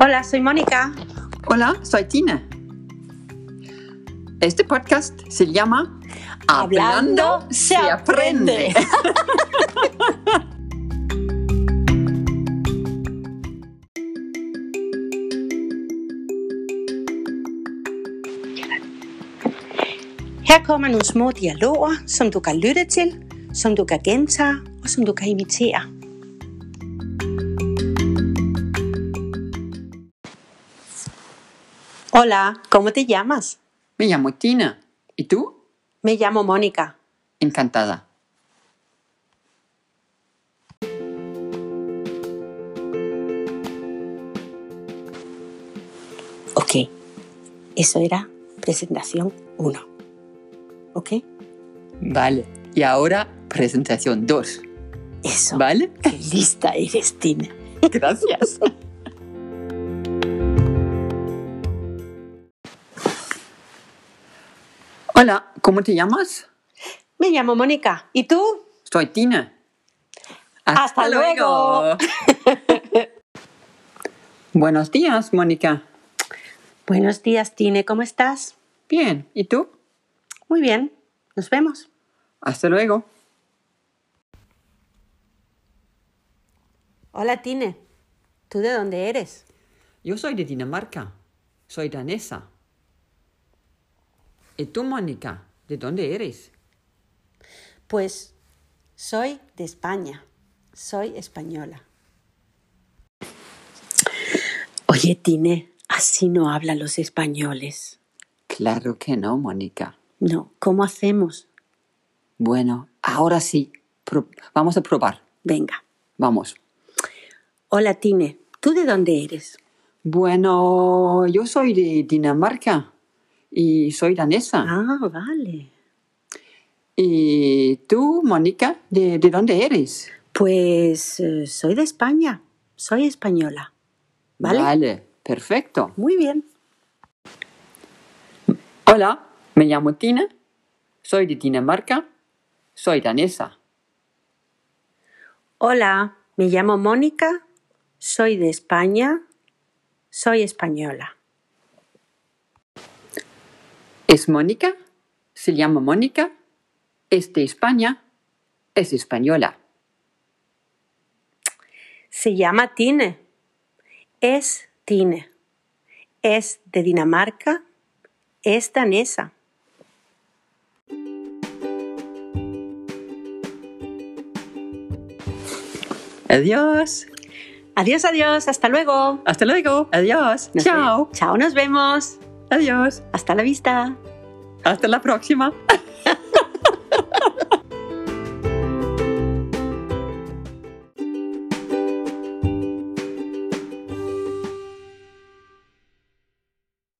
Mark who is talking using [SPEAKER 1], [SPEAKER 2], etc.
[SPEAKER 1] Hola, soy Mónica.
[SPEAKER 2] Hola, soy Tina. Este podcast se llama
[SPEAKER 1] Hablando se aprende. Her kommer nogle små dialoger, som du kan lytte til, som du kan gentage og som du kan imitere. Hola, ¿cómo te llamas?
[SPEAKER 2] Me llamo Tina. ¿Y tú?
[SPEAKER 1] Me llamo Mónica.
[SPEAKER 2] Encantada.
[SPEAKER 1] Ok, eso era presentación 1. ¿Ok?
[SPEAKER 2] Vale. Y ahora presentación 2.
[SPEAKER 1] Eso.
[SPEAKER 2] ¿Vale?
[SPEAKER 1] Qué lista eres, Tina.
[SPEAKER 2] Gracias. Hola, ¿cómo te llamas?
[SPEAKER 1] Me llamo Mónica. ¿Y tú?
[SPEAKER 2] Soy Tina.
[SPEAKER 1] Hasta luego.
[SPEAKER 2] Buenos días, Mónica.
[SPEAKER 1] Buenos días, Tine. ¿Cómo estás?
[SPEAKER 2] Bien. ¿Y tú?
[SPEAKER 1] Muy bien. Nos vemos.
[SPEAKER 2] Hasta luego.
[SPEAKER 1] Hola, Tine. ¿Tú de dónde eres?
[SPEAKER 2] Yo soy de Dinamarca. Soy danesa. ¿Y tú, Mónica? ¿De dónde eres?
[SPEAKER 1] Pues soy de España. Soy española. Oye, Tine, así no hablan los españoles.
[SPEAKER 2] Claro que no, Mónica.
[SPEAKER 1] No, ¿cómo hacemos?
[SPEAKER 2] Bueno, ahora sí. pro- vamos a probar.
[SPEAKER 1] Venga.
[SPEAKER 2] Vamos.
[SPEAKER 1] Hola, Tine. ¿Tú de dónde eres?
[SPEAKER 2] Bueno, yo soy de Dinamarca y soy danesa.
[SPEAKER 1] Ah, vale.
[SPEAKER 2] ¿Y tú, Mónica? ¿De, de dónde eres?
[SPEAKER 1] Pues eh, soy de España. Soy española. ¿Vale?
[SPEAKER 2] Vale, perfecto.
[SPEAKER 1] Muy bien.
[SPEAKER 2] Hola, me llamo Tina. Soy de Dinamarca. Soy danesa.
[SPEAKER 1] Hola, me llamo Mónica, soy de España, soy española.
[SPEAKER 2] Es Mónica. Se llama Mónica. Es de España. Es española.
[SPEAKER 1] Se llama Tine. Es Tine. Es de Dinamarca, es danesa.
[SPEAKER 2] Adiós.
[SPEAKER 1] Adiós, adiós, hasta luego.
[SPEAKER 2] Hasta luego. Adiós.
[SPEAKER 1] Nos ve-
[SPEAKER 2] Chao.
[SPEAKER 1] Chao, nos vemos.
[SPEAKER 2] Adiós.
[SPEAKER 1] Hasta la vista.
[SPEAKER 2] Hasta la próxima.